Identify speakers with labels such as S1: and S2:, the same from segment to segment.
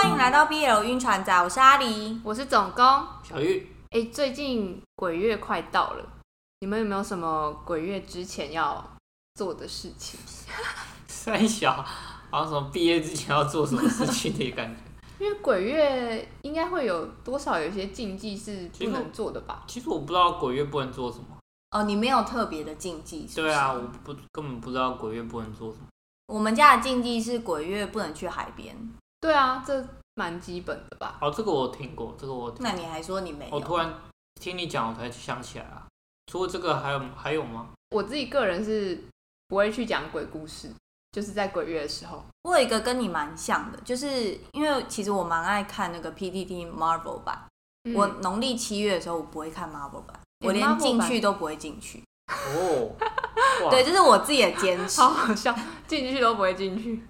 S1: BL 晕船仔，我是阿狸。
S2: 我是总工。哎、
S3: 小玉，
S2: 最近鬼月快到了，你们有没有什么鬼月之前要做的事情？
S3: 三小，好像什么毕业之前要做什么事情的感觉。
S2: 因为鬼月应该会有多少有一些禁忌是不能做的吧？
S3: 其实我不知道鬼月不能做什么。
S1: 哦，你没有特别的禁忌是不是
S3: 对啊，我不根本不知道鬼月不能做什么。
S1: 我们家的禁忌是鬼月不能去海边。
S2: 对啊，这蛮基本的吧？
S3: 哦，这个我听过，这个我听
S1: 那你还说你没有？
S3: 我哦突然听你讲，我才想起来啊。除了这个还有还有吗？
S2: 我自己个人是不会去讲鬼故事，就是在鬼月的时候。
S1: 我有一个跟你蛮像的，就是因为其实我蛮爱看那个 PTT Marvel 版。
S2: 嗯
S1: 我农历七月的时候，我不会看 Marvel 版，我
S2: ，Marvel
S1: 连
S2: 版
S1: 进去都不会进去。
S3: 哦，哇
S1: 对，这是我自己的 坚持
S2: 超。好笑，进去都不会进去。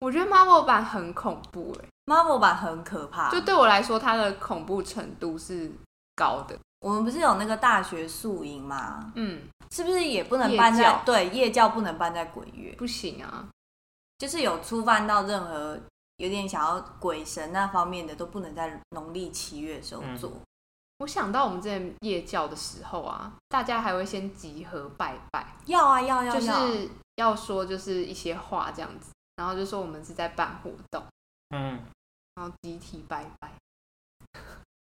S2: 我觉得 Marvel 版很恐怖哎、
S1: Marvel 版很可怕，
S2: 就对我来说，它的恐怖程度是高的。
S1: 我们不是有那个大学宿营吗？
S2: 嗯，
S1: 是不是也不能
S2: 夜
S1: 办在
S2: 教
S1: 对夜教不能办在鬼月？
S2: 不行啊，
S1: 就是有触犯到任何有点想要鬼神那方面的，都不能在农历七月的时候做。
S2: 我想到我们之前夜教的时候啊，大家还会先集合拜拜，
S1: 要啊要要
S2: 就
S1: 要，
S2: 是要说就是一些话这样子，然后就说我们是在办活动，
S3: 嗯，
S2: 然后集体拜拜，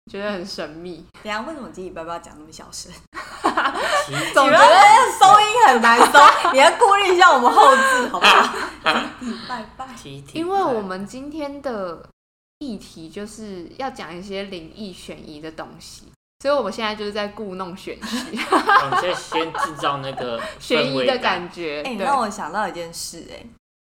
S2: 觉得很神秘。
S1: 等一下为什么自己爸爸讲那么小声？
S3: 其 实
S2: 总
S1: 你
S2: 觉
S1: 们
S2: 得
S1: 收音很难收，你要顾虑一下我们后置好不 好？你拜拜。
S3: 集体
S2: 因为我们今天的议题就是要讲一些灵异悬疑的东西，所以我们现在就是在故弄玄 虚、
S3: 我们先先制造那个
S2: 悬
S3: 氛围
S2: 疑的感觉。
S1: 哎、
S2: 对，
S1: 让我想到一件事、哎，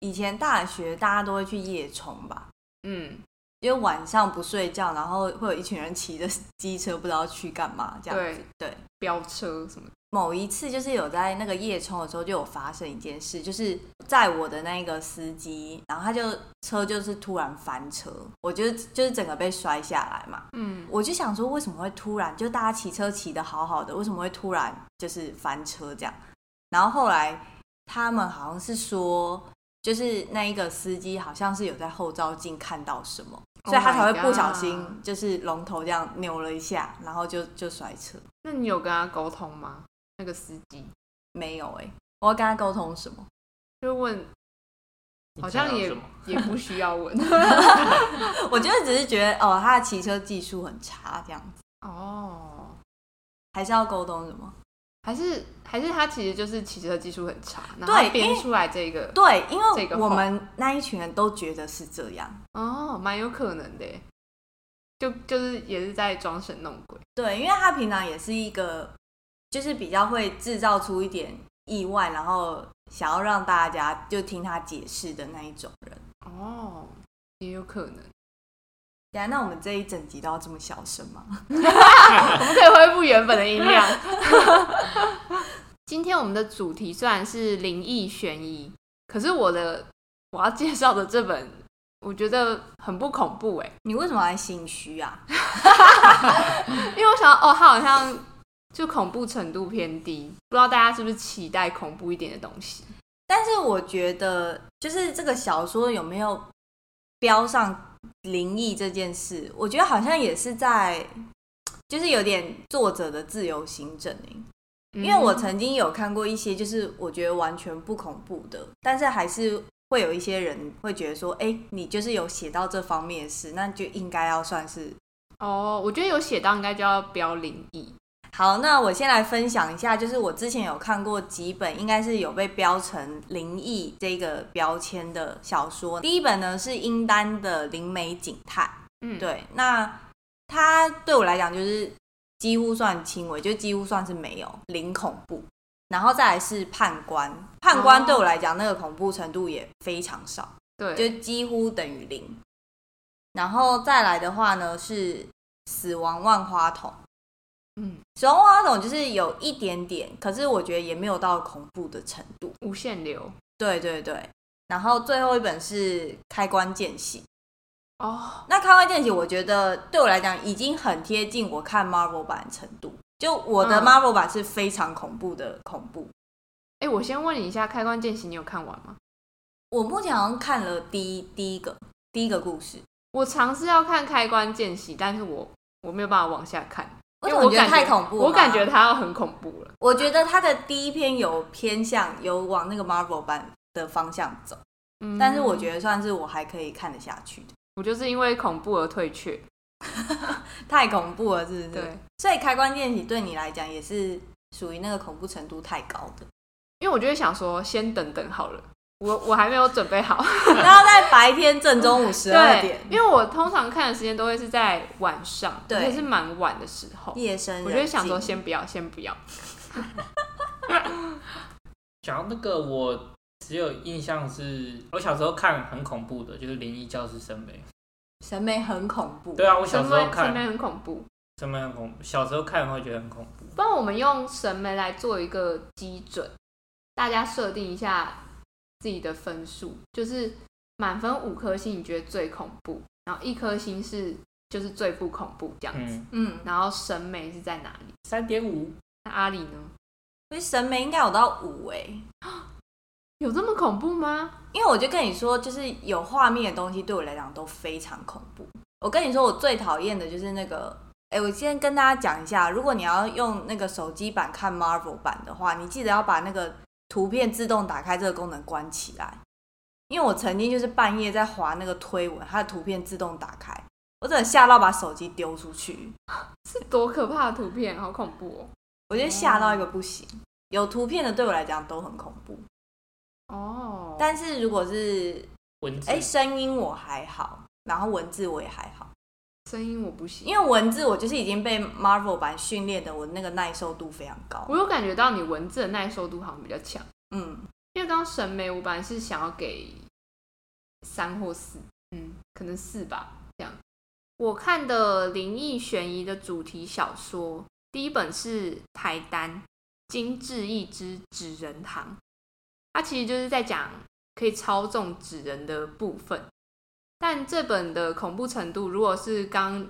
S1: 以前大学大家都会去夜冲吧，
S2: 嗯，
S1: 因为晚上不睡觉，然后会有一群人骑着机车不知道去干嘛，这样子。
S2: 对
S1: 对，
S2: 飙车什么的，
S1: 某一次就是有在那个夜冲的时候就有发生一件事，就是在我的那个司机，然后他就车就是突然翻车，我就就是整个被摔下来嘛。
S2: 嗯，
S1: 我就想说，为什么会突然就大家骑车骑得好好的，为什么会突然就是翻车这样？然后后来他们好像是说，就是那一个司机好像是有在后照镜看到什么，所
S2: Oh
S1: 以他才
S2: my
S1: 会不小心
S2: God
S1: 就是龙头这样扭了一下，然后就就摔车。
S2: 那你有跟他沟通吗？那个司机
S1: 没有哎、我要跟他沟通什么？
S2: 就问，
S3: 你
S2: 好
S3: 想
S2: 像
S3: 要
S2: 也
S3: 什么
S2: 也不需要 问。
S1: 我觉得只是觉得哦，他的骑车技术很差这样子，
S2: 哦，
S1: 还是要沟通什么？
S2: 还是还是他其实就是骑车技术很差，然
S1: 对
S2: 后
S1: 因
S2: 编
S1: 为
S2: 出来这个，
S1: 对，因
S2: 这
S1: 为
S2: 个
S1: 我
S2: 话
S1: 们那一群人都觉得是这样。
S2: 哦，蛮有可能的耶，就就是也是在装神弄鬼。
S1: 对，因为他平常也是一个，就是比较会制造出一点意外，然后想要让大家就听他解释的那一种人。
S2: 哦，也有可能。
S1: 对啊，那我们这一整集都要这么小声吗？
S2: 我们可以恢复原本的音量。 今天我们的主题虽然是灵异悬疑，可是我的我要介绍的这本，我觉得很不恐怖哎，
S1: 你为什么还心虚啊？
S2: 因为我想哦，它好像就恐怖程度偏低，不知道大家是不是期待恐怖一点的东西？
S1: 但是我觉得，就是这个小说有没有标上灵异这件事，我觉得好像也是在，就是有点作者的自由行政欸因为我
S2: 嗯
S1: 曾经有看过一些，就是我觉得完全不恐怖的，但是还是会有一些人会觉得说，哎、你就是有写到这方面的事，那就应该要算是
S2: 哦，我觉得有写到应该就要标灵异，
S1: 好。那我先来分享一下，就是我之前有看过几本，应该是有被标成灵异这个标签的小说。第一本呢是英丹的《灵媒警探》，
S2: 嗯，，
S1: 对，那它对我来讲就是几乎算轻微，就几乎算是没有零恐怖。然后再来是判官，判官
S2: 哦
S1: 对我来讲那个恐怖程度也非常少，就
S2: 对，
S1: 几乎等于零。然后再来的话呢是死亡万花筒，
S2: 嗯，
S1: 死亡万花筒就是有一点点，可是我觉得也没有到恐怖的程度。
S2: 无限流
S1: 对对对。然后最后一本是开棺见血，
S2: 哦，
S1: 那开外见血，我觉得对我来讲已经很贴近我看 Marvel 版的程度。就我的
S2: 嗯
S1: Marvel 版是非常恐怖的恐怖。
S2: 哎，我先问你一下，《开关见习》你有看完吗？
S1: 我目前好像看了第一第一个第一个故事，
S2: 我尝试要看开关间隙，但是我我没有办法往下看，
S1: 为什
S2: 因为
S1: 么你
S2: 我
S1: 觉
S2: 感
S1: 得太恐怖了吧？
S2: 我感觉它要很恐怖了。
S1: 我觉得他的第一篇有偏向有往那个 Marvel 版的方向走，
S2: 嗯
S1: 但是我觉得算是我还可以看得下去的。
S2: 我就是因为恐怖而退却。
S1: 太恐怖了，是不是？
S2: 对，
S1: 所以开关电喜对你来讲也是属于那个恐怖程度太高的。
S2: 因为我就会想说，先等等好了，我我还没有准备好。
S1: 然后在白天正中午十二
S2: 对
S1: 点，，
S2: 因为我通常看的时间都会是在晚上，
S1: 对
S2: 而且是蛮晚的时候。
S1: 夜深人
S2: 我
S1: 静，
S2: 就会想说，先不要，先不要。
S3: 讲到那个，我只有印象是，我小时候看很恐怖的，就是《灵异教师生美》。
S1: 审美很恐怖。
S3: 对啊，我
S2: 审
S3: 小时候
S2: 美审
S3: 看
S2: 美很恐怖，
S3: 审美很恐怖，小时候看会觉得很恐怖。
S2: 不然我们用审美来做一个基准，大家设定一下自己的分数，就是满分五颗星，你觉得最恐怖，然后一颗星是就是最不恐怖这样子。
S3: 嗯，
S1: 嗯，
S2: 然后审美是在哪里？
S3: 三点五，
S2: 那阿里呢？
S1: 所以审美应该有到五哎、
S2: 有这么恐怖吗？
S1: 因为我就跟你说，就是有画面的东西对我来讲都非常恐怖。我跟你说，我最讨厌的就是那个，哎、我先跟大家讲一下，如果你要用那个手机版看 Marvel 版的话，你记得要把那个图片自动打开这个功能关起来。因为我曾经就是半夜在划那个推文，它的图片自动打开，我真的吓到把手机丢出去，
S2: 是多可怕的图片，好恐怖
S1: 我就吓到一个不行。有图片的对我来讲都很恐怖，
S2: 哦！哦，
S1: 但是如果是
S3: 文字。
S1: 哎、声音我还好，然后文字我也还好。
S2: 声音我不行，因为
S1: 因为文字我就是已经被 Marvel 版训练的，我那个耐受度非常高。
S2: 我有感觉到你文字的耐受度好像比较强。
S1: 嗯，
S2: 因为刚刚审美，我本来是想要给三或四，嗯，可能四吧，这样。我看的灵异悬疑的主题小说，第一本是《排单》，金智一之纸人堂，它其实就是在讲可以操纵纸人的部分。但这本的恐怖程度，如果是刚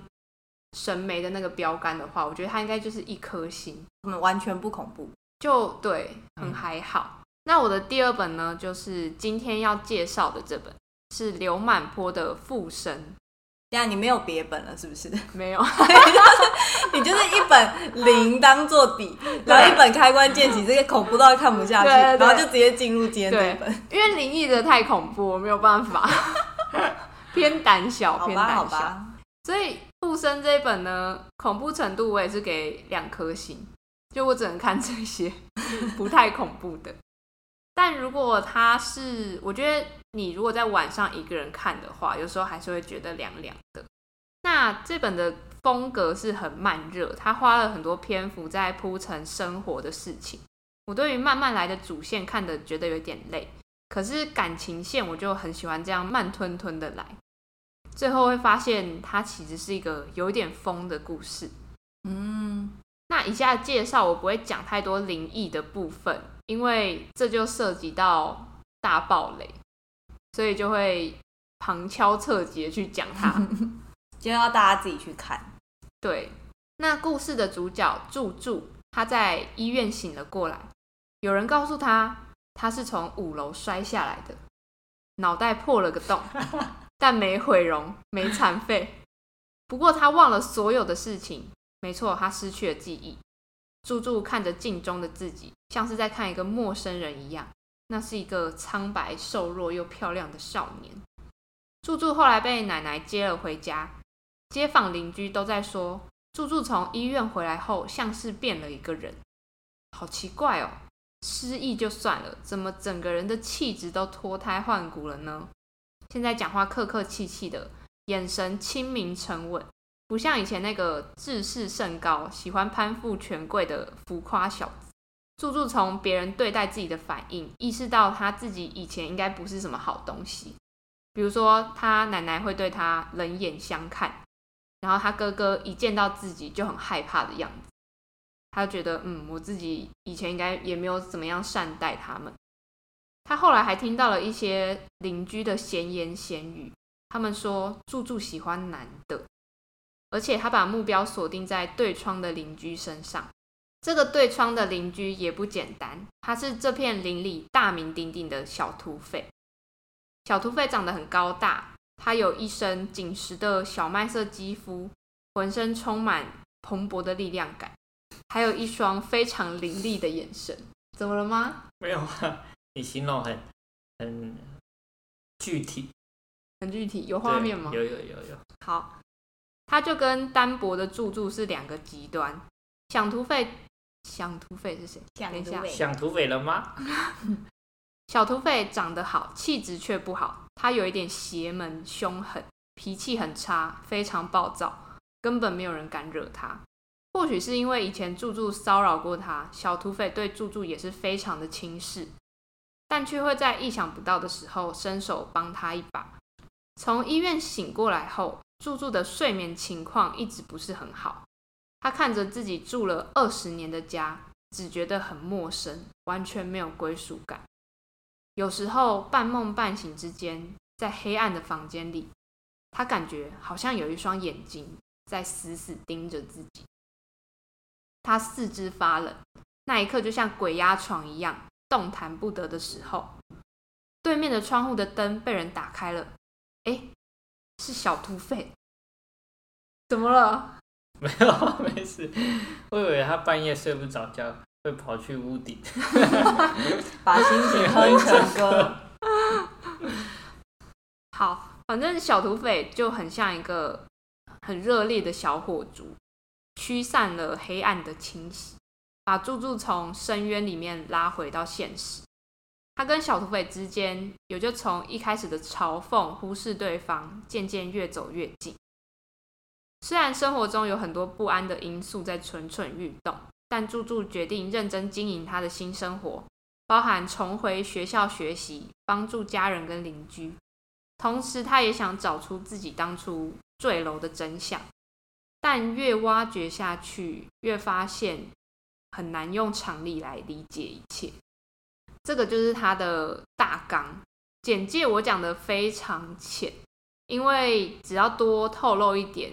S2: 审美的那个标杆的话，我觉得它应该就是一颗星。
S1: 我们完全不恐怖。
S2: 就对，很
S3: 嗯
S2: 还好。那我的第二本呢，就是今天要介绍的这本，是刘满坡的《附身
S1: 这样你没有别本了，是不是？》，
S2: 没有，
S1: 你就是一本零当做底，然后一本开关键起，这个恐怖到看不下去，
S2: 对对对
S1: 然后就直接进入今天这一本。
S2: 因为灵异的太恐怖，我没有办法， 偏胆小，
S1: 好
S2: 偏
S1: 吧，好
S2: 胆小。
S1: 吧，
S2: 所以《附身》这一本呢，恐怖程度我也是给两颗星，就我只能看这些不太恐怖的。但如果它是，我觉得你如果在晚上一个人看的话，有时候还是会觉得凉凉的。那这本的风格是很慢热，它花了很多篇幅在铺陈生活的事情。我对于慢慢来的主线看的觉得有点累，可是感情线我就很喜欢这样慢吞吞的来。最后会发现它其实是一个有一点疯的故事。
S1: 嗯，
S2: 那以下介绍我不会讲太多灵异的部分，因为这就涉及到大暴雷，所以就会旁敲侧击地去讲它。
S1: 就要大家自己去看。
S2: 对，那故事的主角柱柱，他在医院醒了过来，有人告诉他他是从五楼摔下来的，脑袋破了个洞，但没毁容，没残废。不过他忘了所有的事情，没错，他失去了记忆。柱柱看着镜中的自己，像是在看一个陌生人一样。那是一个苍白、瘦弱又漂亮的少年。柱柱后来被奶奶接了回家，街坊邻居都在说，柱柱从医院回来后像是变了一个人，好奇怪哦！失忆就算了，怎么整个人的气质都脱胎换骨了呢？现在讲话客客气气的，眼神清明沉稳，不像以前那个自视甚高、喜欢攀附权贵的浮夸小子。柱柱从别人对待自己的反应，意识到他自己以前应该不是什么好东西。比如说，他奶奶会对他冷眼相看，然后他哥哥一见到自己就很害怕的样子，他就觉得嗯，我自己以前应该也没有怎么样善待他们。他后来还听到了一些邻居的闲言闲语，他们说柱柱喜欢男的，而且他把目标锁定在对窗的邻居身上。这个对窗的邻居也不简单，他是这片邻里大名鼎鼎的小土匪。小土匪长得很高大，他有一身紧实的小麦色肌肤，浑身充满蓬勃的力量感，还有一双非常凌厉的眼神。怎么了吗？
S3: 没有啊，你形容很很具体，
S2: 很具体，有画面吗
S3: 对？有有有有，
S2: 好，他就跟单薄的柱柱是两个极端。想土匪，想土匪是谁？
S1: 想
S2: 等一
S1: 土
S2: 下
S1: 匪
S3: 想土匪了吗？
S2: 小土匪长得好，气质却不好，他有一点邪门凶狠，脾气很差，非常暴躁，根本没有人敢惹他。或许是因为以前柱柱骚扰过他，小土匪对柱柱也是非常的轻视，但却会在意想不到的时候伸手帮他一把。从医院醒过来后，柱柱的睡眠情况一直不是很好。他看着自己住了二十年的家，只觉得很陌生，完全没有归属感。有时候半梦半醒之间，在黑暗的房间里，他感觉好像有一双眼睛在死死盯着自己。他四肢发冷，那一刻就像鬼压床一样，动弹不得的时候，对面的窗户的灯被人打开了。诶，是小土匪。 怎么了？
S3: 没有，没事。我以为他半夜睡不着觉会跑去屋顶，
S1: 把心情哼成歌，
S2: 好，反正小土匪就很像一个很热烈的小火烛，驱散了黑暗的侵袭，把柱柱从深渊里面拉回到现实。他跟小土匪之间，也就从一开始的嘲讽、忽视对方，渐渐越走越近。虽然生活中有很多不安的因素在蠢蠢欲动，但柱柱决定认真经营他的新生活，包含重回学校学习，帮助家人跟邻居。同时，他也想找出自己当初坠楼的真相，但越挖掘下去，越发现很难用常理来理解一切。这个就是他的大纲简介，我讲的非常浅，因为只要多透露一点，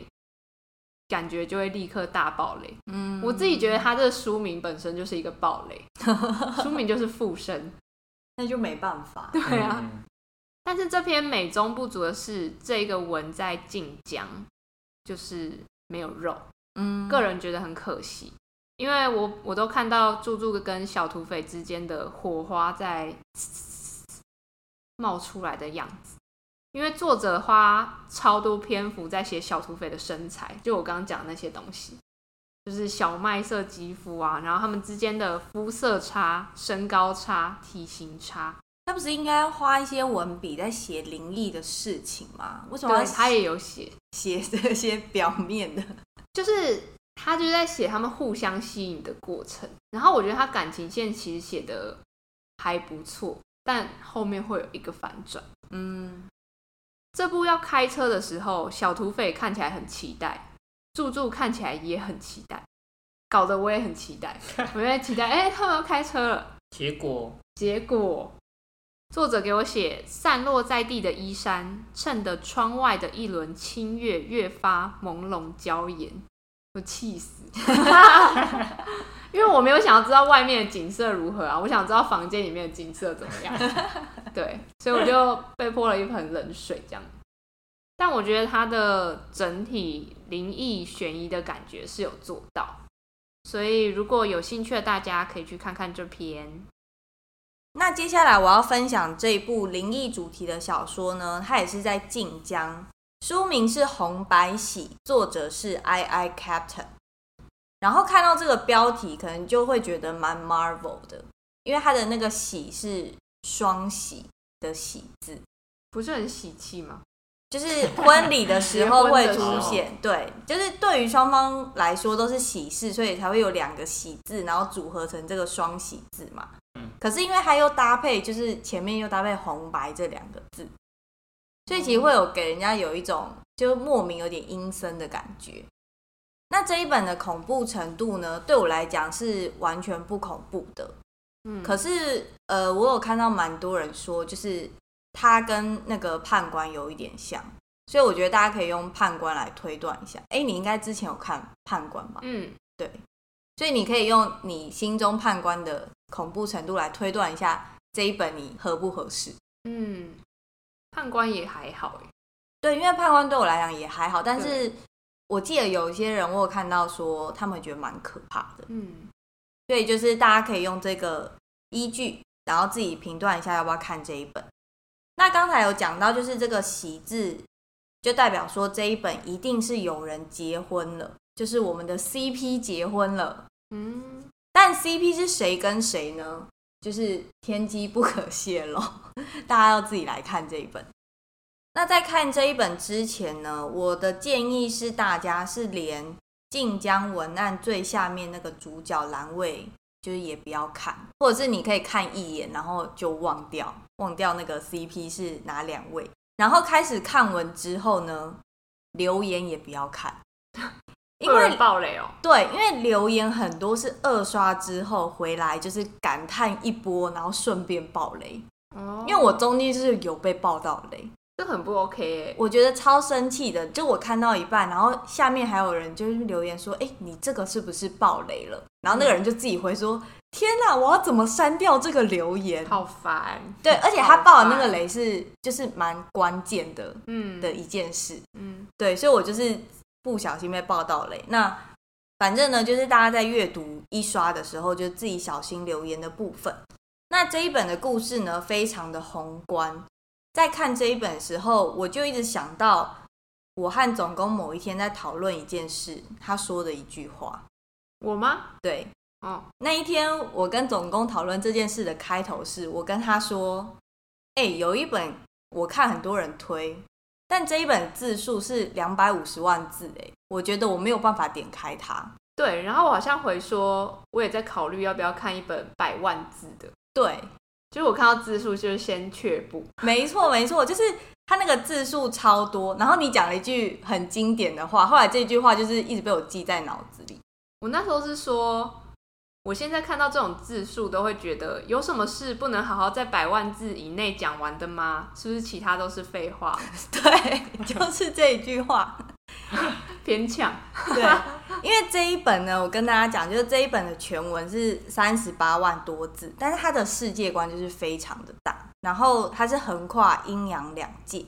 S2: 感觉就会立刻大爆雷。
S1: 嗯，
S2: 我自己觉得他这个书名本身就是一个爆雷，书名就是附身。
S1: 那就没办法。
S2: 对啊，
S3: 嗯
S2: 但是这篇美中不足的是，这个文在晋江就是没有肉，
S1: 嗯，
S2: 个人觉得很可惜，因为我我都看到柱柱跟小土匪之间的火花在冒出来的样子。因为作者花超多篇幅在写小土匪的身材，就我刚刚讲的那些东西，就是小麦色肌肤啊，然后他们之间的肤色差、身高差、体型差，
S1: 他不是应该花一些文笔在写灵异的事情吗？为什么要
S2: 对他也有写，
S1: 写这些表面的？
S2: 就是他就是在写他们互相吸引的过程。然后我觉得他感情线其实写的还不错，但后面会有一个反转。
S1: 嗯，
S2: 这部要开车的时候，小土匪看起来很期待，柱柱看起来也很期待，搞得我也很期待，我也期待，哎、他们要开车了。
S3: 结果
S2: 结果作者给我写散落在地的衣衫，衬得窗外的一轮清月越发朦胧娇艳。我气死， 因为我没有想要知道外面的景色如何啊，我想知道房间里面的景色怎么样。 对，所以我就被泼了一盆冷水这样。但我觉得它的整体灵异悬疑的感觉是有做到，所以如果有兴趣的大家可以去看看这篇。
S1: 那接下来我要分享这部灵异主题的小说呢，它也是在晋江，书名是《红白喜》，作者是 I I Captain。然后看到这个标题，可能就会觉得蛮 Marvel 的，因为它的那个喜是双喜的喜字，
S2: 不是很喜气吗？
S1: 就是婚礼的时 候会
S2: 结婚的时
S1: 出
S2: 候
S1: 现，对，就是对于双方来说都是喜事，所以才会有两个喜字，然后组合成这个双喜字嘛。
S3: 嗯
S1: 可是因为它又搭配，就是前面又搭配红白这两个字，所以其实会有给人家有一种就莫名有点阴森的感觉。那这一本的恐怖程度呢，对我来讲是完全不恐怖的，
S2: 嗯，
S1: 可是呃，我有看到蛮多人说，就是他跟那个判官有一点像，所以我觉得大家可以用判官来推断一下。哎、你应该之前有看判官吧？
S2: 嗯，
S1: 对，所以你可以用你心中判官的恐怖程度来推断一下这一本你合不合适。
S2: 嗯，判官也还好耶
S1: 对，因为判官对我来讲也还好，但
S2: 对
S1: 是我记得有一些人我有看到说他们觉得蛮可怕的，
S2: 嗯，
S1: 所以就是大家可以用这个依据，然后自己评断一下要不要看这一本。那刚才有讲到，就是这个喜字，就代表说这一本一定是有人结婚了，就是我们的 CP 结婚了。
S2: 嗯，
S1: 但 CP 是谁跟谁呢？就是天机不可泄露，大家要自己来看这一本。那在看这一本之前呢，我的建议是大家是连晋江文案最下面那个主角栏位，就是也不要看，或者是你可以看一眼，然后就忘掉，忘掉那个 CP 是哪两位。然后开始看文之后呢，留言也不要看， 因
S2: 会有
S1: 为
S2: 人爆雷哦，
S1: 对，因为留言很多是二刷之后回来，就是感叹一波，然后顺便爆雷。
S2: 哦，
S1: 因为我中间就是有被爆到雷，
S2: 这很不 OK 耶
S1: 欸我觉得超生气的。就我看到一半，然后下面还有人就是留言说：“哎、你这个是不是爆雷了？”然后那个人就自己回说：“天哪、我要怎么删掉这个留言
S2: 好烦。？”
S1: 对，而且他爆的那个雷是就是蛮关键的
S2: 嗯
S1: 的一件事。
S2: 嗯，
S1: 对，所以我就是不小心被爆到雷。那反正呢，就是大家在阅读一刷的时候，就自己小心留言的部分。那这一本的故事呢，非常的宏观。在看这一本的时候，我就一直想到我和总工某一天在讨论一件事，他说的一句话。
S2: 我吗？
S1: 对，
S2: 哦，
S1: 那一天我跟总工讨论这件事的开头是，我跟他说：“哎、有一本我看很多人推，但这一本字数是两百五十万字、哎，我觉得我没有办法点开它。
S2: 对，然后我好像回说，我也在考虑要不要看一本百万字的，”
S1: 对，
S2: 就是我看到字数就是先却步，
S1: 没错，没错，就是他那个字数超多。然后你讲了一句很经典的话，后来这句话就是一直被我记在脑子里。
S2: 我那时候是说，我现在看到这种字数都会觉得，有什么事不能好好在百万字以内讲完的吗？是不是其他都是废话？
S1: 对，就是这一句话。
S2: 偏强。
S1: 对，因为这一本呢，我跟大家讲，就是这一本的全文是三十八万多字，但是它的世界观就是非常的大，然后它是横跨阴阳两界。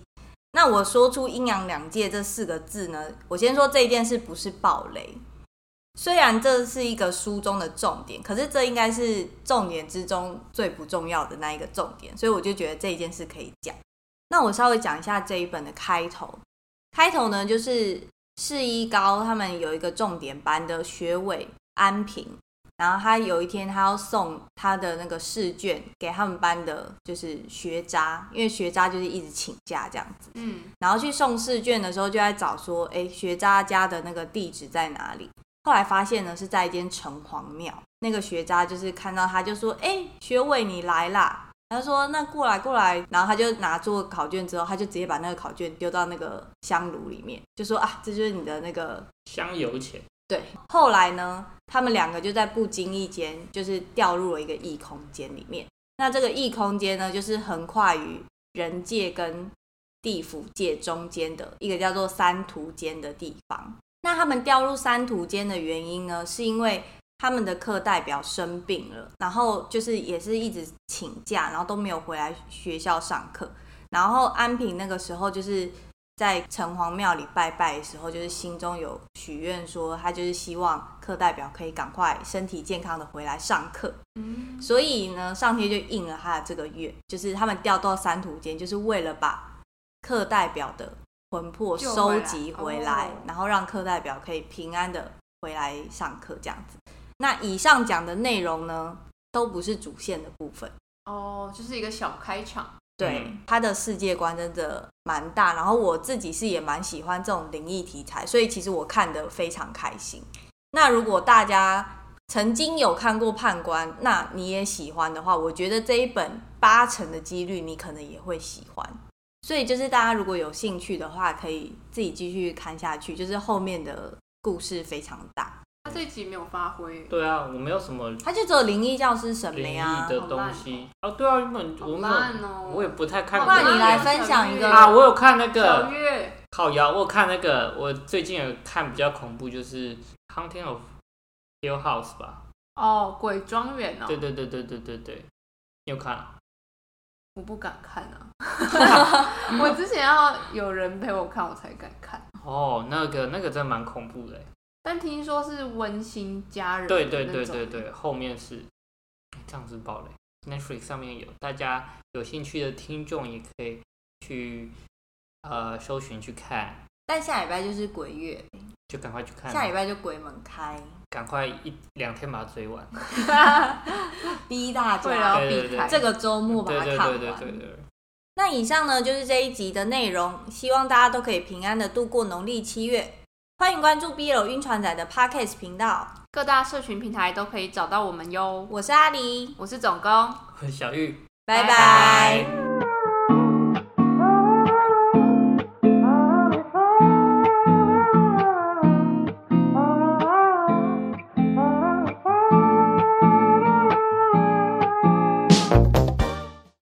S1: 那我说出“阴阳两界”这四个字呢，我先说这一件事不是暴雷，虽然这是一个书中的重点，可是这应该是重点之中最不重要的那一个重点，所以我就觉得这一件事可以讲。那我稍微讲一下这一本的开头，开头呢就是市一高他们有一个重点班的学委安平，然后他有一天他要送他的那个试卷给他们班的，就是学渣，因为学渣就是一直请假这样子。
S2: 嗯，
S1: 然后去送试卷的时候就在找说，哎，学渣家的那个地址在哪里？后来发现呢是在一间城隍庙。那个学渣就是看到他就说，哎，学委你来啦。他说：“那过来，过来。”然后他就拿出考卷之后，他就直接把那个考卷丢到那个香炉里面，就说：“啊，这就是你的那个
S3: 香油钱，
S1: 对，后来呢，他们两个就在不经意间，就是掉入了一个异空间里面。那这个异空间呢，就是横跨于人界跟地府界中间的一个叫做三途间的地方。那他们掉入三途间的原因呢，是因为他们的课代表生病了，然后就是也是一直请假，然后都没有回来学校上课。然后安平那个时候就是在城隍庙里拜拜的时候，就是心中有许愿说，他就是希望课代表可以赶快身体健康的回来上课。
S2: 嗯
S1: 所以呢，上天就应了他的这个愿，就是他们调到三途间，就是为了把课代表的魂魄
S2: 救
S1: 收
S2: 回来
S1: 集回来，
S2: 哦
S1: 然后让课代表可以平安的回来上课这样子。那以上讲的内容呢，都不是主线的部分。
S2: 哦，就是一个小开场。
S1: 对、
S3: 嗯
S1: 他的世界观真的蛮大，然后我自己是也蛮喜欢这种灵异题材，所以其实我看得非常开心。那如果大家曾经有看过《判官》，那你也喜欢的话，我觉得这一本八成的几率你可能也会喜欢。所以就是大家如果有兴趣的话，可以自己继续看下去，就是后面的故事非常大，
S2: 他这一集没有发挥，
S3: 对啊，我没有什么
S1: 它就只有灵异教师审
S3: 灵
S1: 美啊
S3: 异。的东西哦，对啊，原本我
S2: 好
S3: 没
S2: 烂
S3: 有，
S2: 哦。
S3: 我也不太看
S2: 好
S3: 过。
S2: 烂
S1: 那
S2: 哦
S1: 你来分享一个
S3: 啊，我有看那
S2: 小
S3: 个
S2: 月，
S3: 烤窑，我有看那个，我最近有看比较恐怖，就是《Haunting of Hill House》吧。
S2: 哦，鬼庄园哦，
S3: 对对对对对对对，你有看啊？
S2: 我不敢看 啊，我之前要有人陪我看，我才敢看。
S3: 哦，那个那个真蛮恐怖的欸。
S2: 但听说是温馨家人，
S3: 对对对对，对，后面是欸这样子爆雷，Netflix 上面有，大家有兴趣的听众也可以去呃搜寻去看，
S1: 但下礼拜就是鬼月，
S3: 就赶快去看，啊
S1: 下礼拜就鬼门开，
S3: 赶快一两天把它追完。
S1: 逼大
S2: 为了
S1: 家
S2: 要
S3: 对对
S2: 避
S3: 对
S2: 开。
S1: 这个周末把
S3: 对
S1: 它
S3: 对
S1: 看完。
S3: 对对对对，
S1: 那以上呢就是这一集的内容，希望大家都可以平安的度过农历七月。欢迎关注 BL 晕船仔的 Podcast 频道，
S2: 各大社群平台都可以找到我们哟。
S1: 我是阿狸，
S2: 我是总工，
S3: 小玉，
S1: 拜
S2: 拜
S1: 拜。